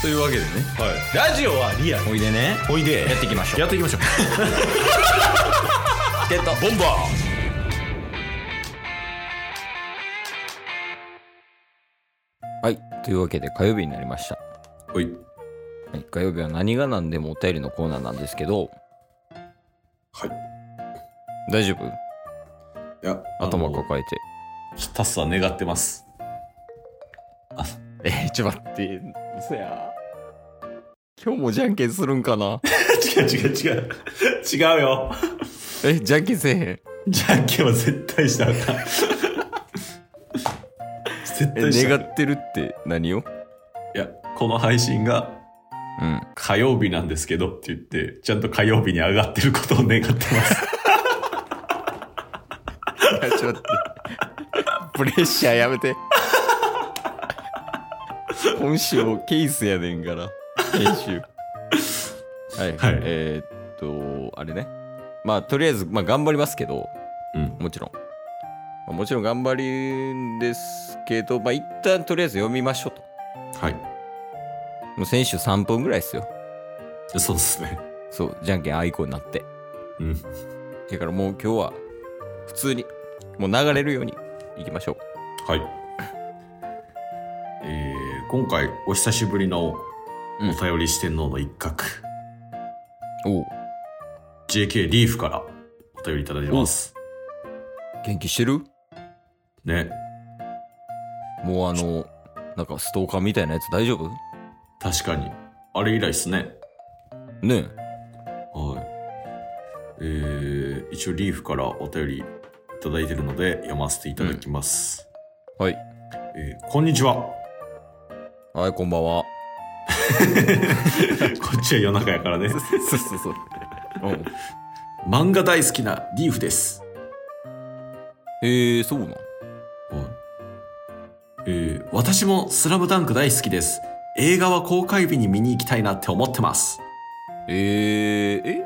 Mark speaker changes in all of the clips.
Speaker 1: というわけでね
Speaker 2: はい、ラジオはリアル
Speaker 1: おいでね
Speaker 2: おいで
Speaker 1: やっていきましょう
Speaker 2: やっていきましょう
Speaker 1: ゲット
Speaker 2: ボンバ
Speaker 3: はい。というわけで火曜日になりました。
Speaker 1: おい
Speaker 3: はい、火曜日は何が何でもお便りのコーナーなんですけど、
Speaker 1: はい
Speaker 3: 大丈夫
Speaker 1: いや
Speaker 3: 頭
Speaker 1: こ
Speaker 3: 抱えて。
Speaker 1: ひたすら願ってます
Speaker 3: えー、ちょっと待って、そや。今日もじゃんけんするんかな
Speaker 1: 違う違う違う 違うよ
Speaker 3: え、じゃんけんせえへん。
Speaker 1: じゃんけんは絶対したらあかん 絶対した
Speaker 3: え、
Speaker 1: らあ
Speaker 3: 願
Speaker 1: かん
Speaker 3: ってるって何を
Speaker 1: いやこの配信が
Speaker 3: うん。
Speaker 1: 火曜日なんですけどって言ってちゃんと火曜日に上がってることを願ってます
Speaker 3: いや ちょっと待って。プレッシャーや めて。本週をケースやねんから、編集。はい、
Speaker 1: はい
Speaker 3: えーっと、あれね。まあ、とりあえず、まあ、頑張りますけど、
Speaker 1: うん
Speaker 3: もちろん。まあもちろん頑張るんですけど、まあ、一旦とりあえず読みましょうと。
Speaker 1: はい
Speaker 3: もう先週3分ぐらいですよ。
Speaker 1: そうですね
Speaker 3: そう、じゃんけんアイコンになって。
Speaker 1: うん
Speaker 3: だからもう今日は、普通に、もう流れるようにいきましょう。
Speaker 1: はい。えー、今回お久しぶりの
Speaker 3: うん
Speaker 1: お便り四天王の一角、
Speaker 3: おう
Speaker 1: JK リーフからお便りいただいてます。
Speaker 3: 元気してる
Speaker 1: ね、
Speaker 3: もうあの、なんかストーカーみたいなやつ大丈夫
Speaker 1: 確かに。あれ以来っすね。
Speaker 3: ね
Speaker 1: はい。えー、一応リーフからお便りいただいてるので読ませていただきます。
Speaker 3: え。はい。
Speaker 1: えー、こんにちは。
Speaker 3: はい、こんばんは。
Speaker 1: こっちは夜中やからね。
Speaker 3: そうそうそう。うん。
Speaker 1: 漫画大好きなリーフです。
Speaker 3: えー、そうなん。
Speaker 1: はいえー私もスラムダンク大好きです。映画は公開日に見に行きたいなって思ってます。
Speaker 3: えー、え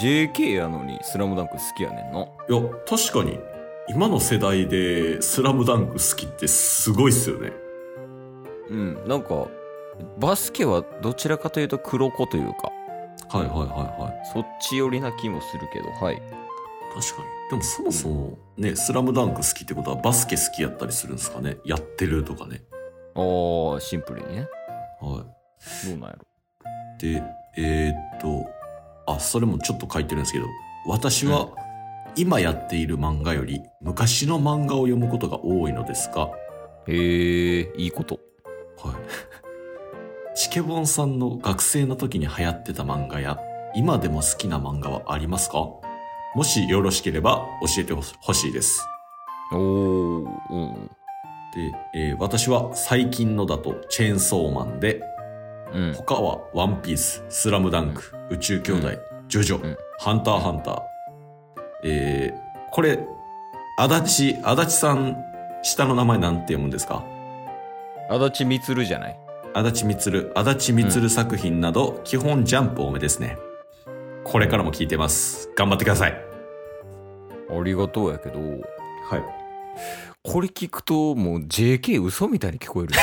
Speaker 3: ?JK やのにスラムダンク好きやねんな。
Speaker 1: いや、確かに、今の世代でスラムダンク好きってすごいっすよね。
Speaker 3: うん、なんか、バスケはどちらかというと黒子というか、
Speaker 1: はいはいはいはい。
Speaker 3: そっち寄りな気もするけど、はい。
Speaker 1: 確かに。でもそもそもね、スラムダンク好きってことはバスケ好きやったりするんですかね。やってるとかね。
Speaker 3: あー、シンプルにね。
Speaker 1: はい。
Speaker 3: どうなんやろ。
Speaker 1: でえーっとあそれもちょっと書いてるんですけど私は今やっている漫画より昔の漫画を読むことが多い のですが、は
Speaker 3: えー、いいこと。
Speaker 1: い、チケボンさんの学生の時に流行ってた漫画や今でも好きな漫画はありますかもしよろしければ教えてほしほしいです
Speaker 3: おー、うん。
Speaker 1: で、えー私は最近のだとチェーンソーマンで
Speaker 3: うん。
Speaker 1: 他はワンピース、スラムダンク、宇宙兄弟、
Speaker 3: うん
Speaker 1: ジョジョ、
Speaker 3: うん
Speaker 1: ハンターハンター。えー、これ、足立、足立さん、下の名前なんて読むんですか
Speaker 3: 足立みつるじゃない
Speaker 1: 足立みつる、足立みつる作品など、基本ジャンプ多めですね。これからも聞いてます。頑張ってください。
Speaker 3: ありがとうやけど、
Speaker 1: はい。
Speaker 3: これ聞くともう JK 嘘みたいに聞こえる ね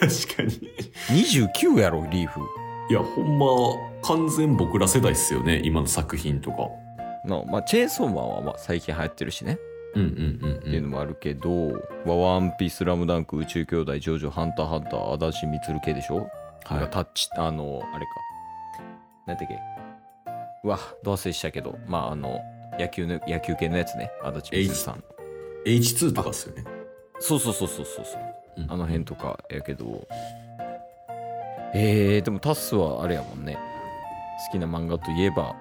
Speaker 1: 確かに。い
Speaker 3: 29やろリーフ
Speaker 1: や、ほんま、完全僕ら世代っすよね、今の作品とか。
Speaker 3: なまあチェーンソーマンはまあ最近流行ってるしね、
Speaker 1: うんうんうん、
Speaker 3: って
Speaker 1: う
Speaker 3: いうの
Speaker 1: ん。
Speaker 3: もあるけど、まあワンピーススラムダンク宇宙兄弟ジョジョハンターハンター足立みつる系でしょ、
Speaker 1: は
Speaker 3: が
Speaker 1: い。
Speaker 3: タッチあのあれかなんてっけうわどうせしたけどまああの野球の野球系のやつね足立みつるさん
Speaker 1: H2 とかっすよね。
Speaker 3: そうそうそうそうそうそう
Speaker 1: うん
Speaker 3: あの辺とかやけどえー、でもタスはあれやもんね好きな漫画といえば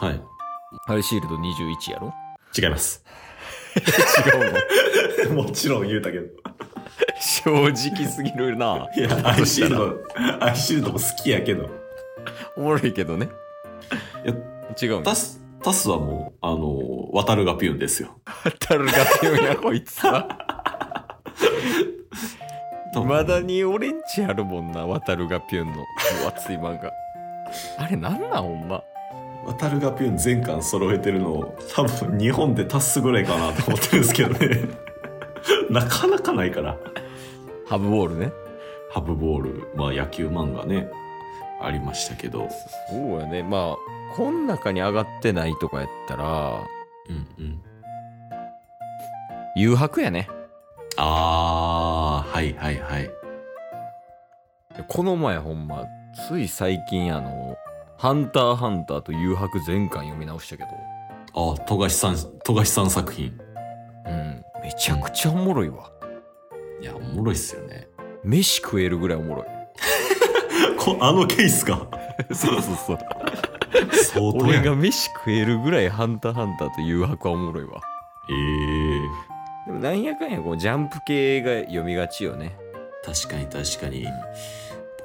Speaker 1: はい。
Speaker 3: 「ハイシールド21」やろ
Speaker 1: 違います。
Speaker 3: 違う の
Speaker 1: もちろん言うたけど。
Speaker 3: 正直すぎるない
Speaker 1: や、アイシールド、アイシールドも好きやけど。
Speaker 3: おもろいけどね
Speaker 1: いや
Speaker 3: 違うんや
Speaker 1: タス、タスはもう、あの、渡るがピュンですよ。
Speaker 3: タルが強 いなこいつは
Speaker 1: 多分
Speaker 3: まだにオレンジあるもんな渡るがピュンの熱い漫画あれなんなんほんま
Speaker 1: 渡るがピュン全巻揃えてるのを、多分日本でタスぐらいかなと思 ってるんですけどね。なかなかないから。
Speaker 3: ハブボールね
Speaker 1: ハブボール、まあ野球漫画ね、ありましたけど。
Speaker 3: そうやね。まあ、こん中に上がってないとかやったら、
Speaker 1: うんうん。
Speaker 3: 誘白やね。
Speaker 1: あー、はいはいはい。
Speaker 3: この前ほんま、つい最近あの、ハンターハンターと誘白全巻読み直したけど、
Speaker 1: あー、富樫さん、富樫さん作品。
Speaker 3: うん、めちゃくちゃおもろいわ。
Speaker 1: いや、おもろいっすよね。
Speaker 3: 飯食えるぐらいおもろい。
Speaker 1: こあのケースか。
Speaker 3: そうそうそう。
Speaker 1: 相当
Speaker 3: 俺
Speaker 1: やん。え
Speaker 3: が飯食えるぐらいハンターハンターと誘白はおもろいわ。
Speaker 1: えー、
Speaker 3: でもなんやかんやこうジャンプ系が読みがちよね。
Speaker 1: 確かに確かに。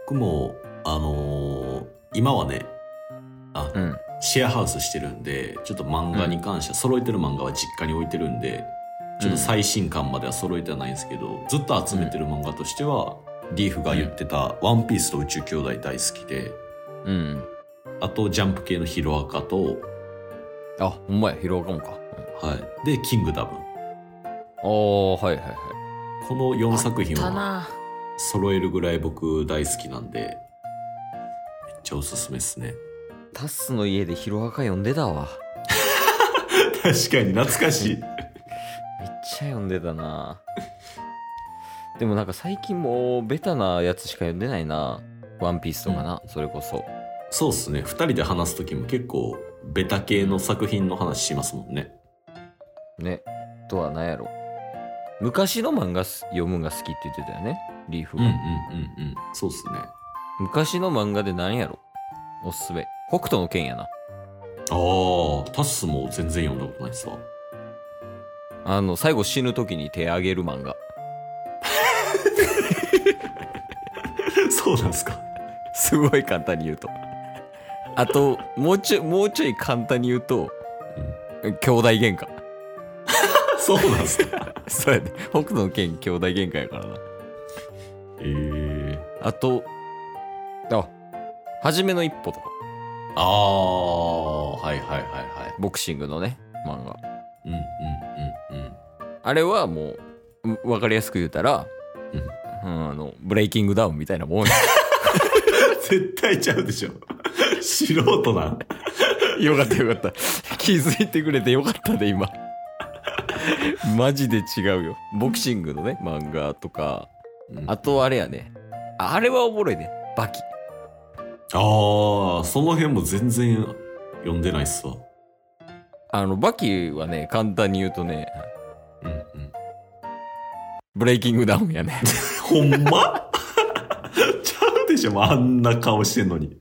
Speaker 1: 僕も、あのー今はね、あ、
Speaker 3: うん。
Speaker 1: シェアハウスしてるんで、ちょっと漫画に関しては、揃えてる漫画は実家に置いてるんで、ちょっと最新刊までは揃えてはないんですけど、ずっと集めてる漫画としては、リーフが言ってた、ワンピースと宇宙兄弟大好きで、
Speaker 3: うん。
Speaker 1: あと、ジャンプ系のヒロアカと、
Speaker 3: あ、ほんまや、ヒロアカもか。
Speaker 1: はい。で、キングダム。
Speaker 3: ああ、はいはいはい。
Speaker 1: この4作品
Speaker 3: た
Speaker 1: を
Speaker 3: な。
Speaker 1: 揃えるぐらい僕大好きなんで、めっちゃおすすめですね。
Speaker 3: タッスの家でヒロアカ読んでたわ。
Speaker 1: 確かに懐かしい。
Speaker 3: めっちゃ読んでたな。 でもなんか最近もうベタなやつしか読んでないな。ワンピースとかな、それこそ。
Speaker 1: そうっすね。2人で話す時も結構、ベタ系の作品の話しますもんね。
Speaker 3: ね。あとは何やろ。昔の漫画す読むんが好きって言ってたよね、リーフ
Speaker 1: うん
Speaker 3: が。
Speaker 1: うんうんうん。そうっすね。
Speaker 3: 昔の漫画で何やろおすすめ。北斗の剣やな。
Speaker 1: ああ、タッスも全然読んだことないっすわ。
Speaker 3: あの、最後死ぬ時に手あげる漫画。
Speaker 1: そうなんすか。
Speaker 3: すごい簡単に言うと。あと、もうちょい、もうちょい簡単に言うと、兄弟喧嘩。
Speaker 1: そうなんすか。
Speaker 3: そうやね。北斗の剣兄弟喧嘩やからな。
Speaker 1: ええ
Speaker 3: あと、あ、初めの一歩とか、
Speaker 1: ああ、はいはいはいは
Speaker 3: ボクシングのね、漫画。
Speaker 1: い。うんうんうんうん。
Speaker 3: あれはもう、うわかりやすく言うたら、うんあの、ブレイキングダウンみたいなもんや。
Speaker 1: 絶対ちゃうでしょ。 素人なん。
Speaker 3: よかったよかった。 気づいてくれてよかったで、今。 マジで違うよ。ボクシングのね、漫画とか、あとあれやね。ああれはおもろいね。バキ。
Speaker 1: ああ、その辺も全然読んでないっすわ。
Speaker 3: あの、バキはね、簡単に言うとね、
Speaker 1: うんうん。
Speaker 3: ブレイキングダウンやね。
Speaker 1: ほんま ちゃうでしょ、あんな顔してんのに。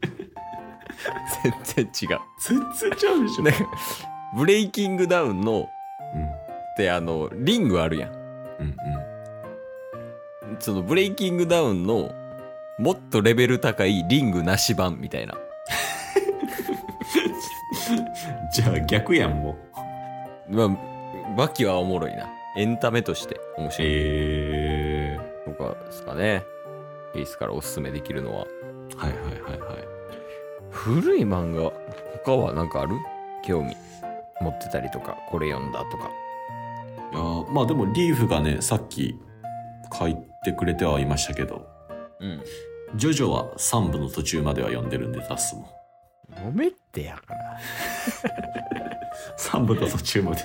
Speaker 3: 全然違う。
Speaker 1: 全然ちゃうでしょ。
Speaker 3: なんかブレイキングダウンのってあのリングあるやん
Speaker 1: うんうん
Speaker 3: そのブレイキングダウンのもっとレベル高いリングなし版みたいな
Speaker 1: うん。じゃあ逆やん、もう。
Speaker 3: まあバキはおもろいなエンタメとして面白い
Speaker 1: え
Speaker 3: とかですかねケースからおすすめできるのは
Speaker 1: ー、はいはいはいはい。
Speaker 3: 古い漫画他は何かある興味持ってたりとかこれ読んだとか
Speaker 1: いやーまあでもリーフがねさっき書いてくれてはいましたけど
Speaker 3: うん
Speaker 1: 「ジョジョ」は3部の途中までは読んでるんでタスも
Speaker 3: 読めってやから
Speaker 1: 3部の途中まで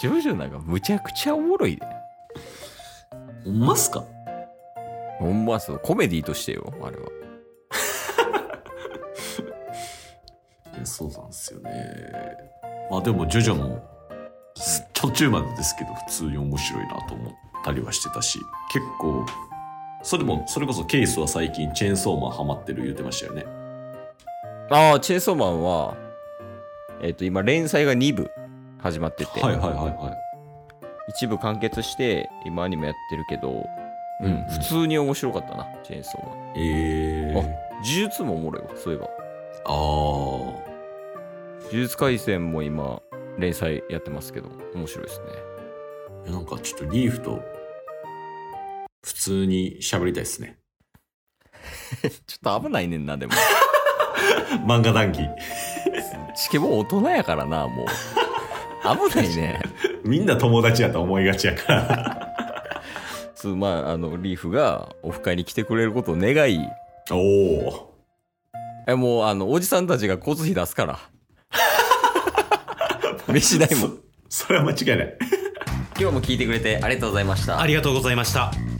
Speaker 3: ジョジョなんかむちゃくちゃおもろいで
Speaker 1: ほんますか
Speaker 3: ほんまそうコメディとしてよあれはい
Speaker 1: やそうなんですよねまあでも「ジョジョも」す途中までですけど普通に面白いなと思ったりはしてたし結構それもそれこそケイスは最近チェーンソーマンハマってる言ってましたよね
Speaker 3: ああ、チェーンソーマンは、えっ、と、今、連載が2部始まってて、
Speaker 1: はいはいはいはい
Speaker 3: 一部完結して、今、アニメやってるけど、うん、
Speaker 1: うんうん
Speaker 3: 普通に面白かったな、チェーンソーマン。
Speaker 1: えー、
Speaker 3: 呪術もおもろいわ、そういえば。
Speaker 1: ああ
Speaker 3: 呪術廻戦も今、連載やってますけど、面白いですね。
Speaker 1: いやなんかちょっとリーフと普通に喋りたいですね。
Speaker 3: ちょっと危ないねんな、でも。
Speaker 1: 漫画談義。
Speaker 3: チケも大人やからな、 もう。危ないね。
Speaker 1: みんな友達やと思いがちやから。
Speaker 3: つ、まあ、あの、リーフがオフ会に来てくれることを願い、
Speaker 4: おお
Speaker 3: えもう、あの、おじさんたちが交通費出すから。 飯代も。
Speaker 4: そそれは間違いない
Speaker 3: 今日も聞いてくれてありがとうございました
Speaker 1: あ。りがとうございました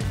Speaker 1: す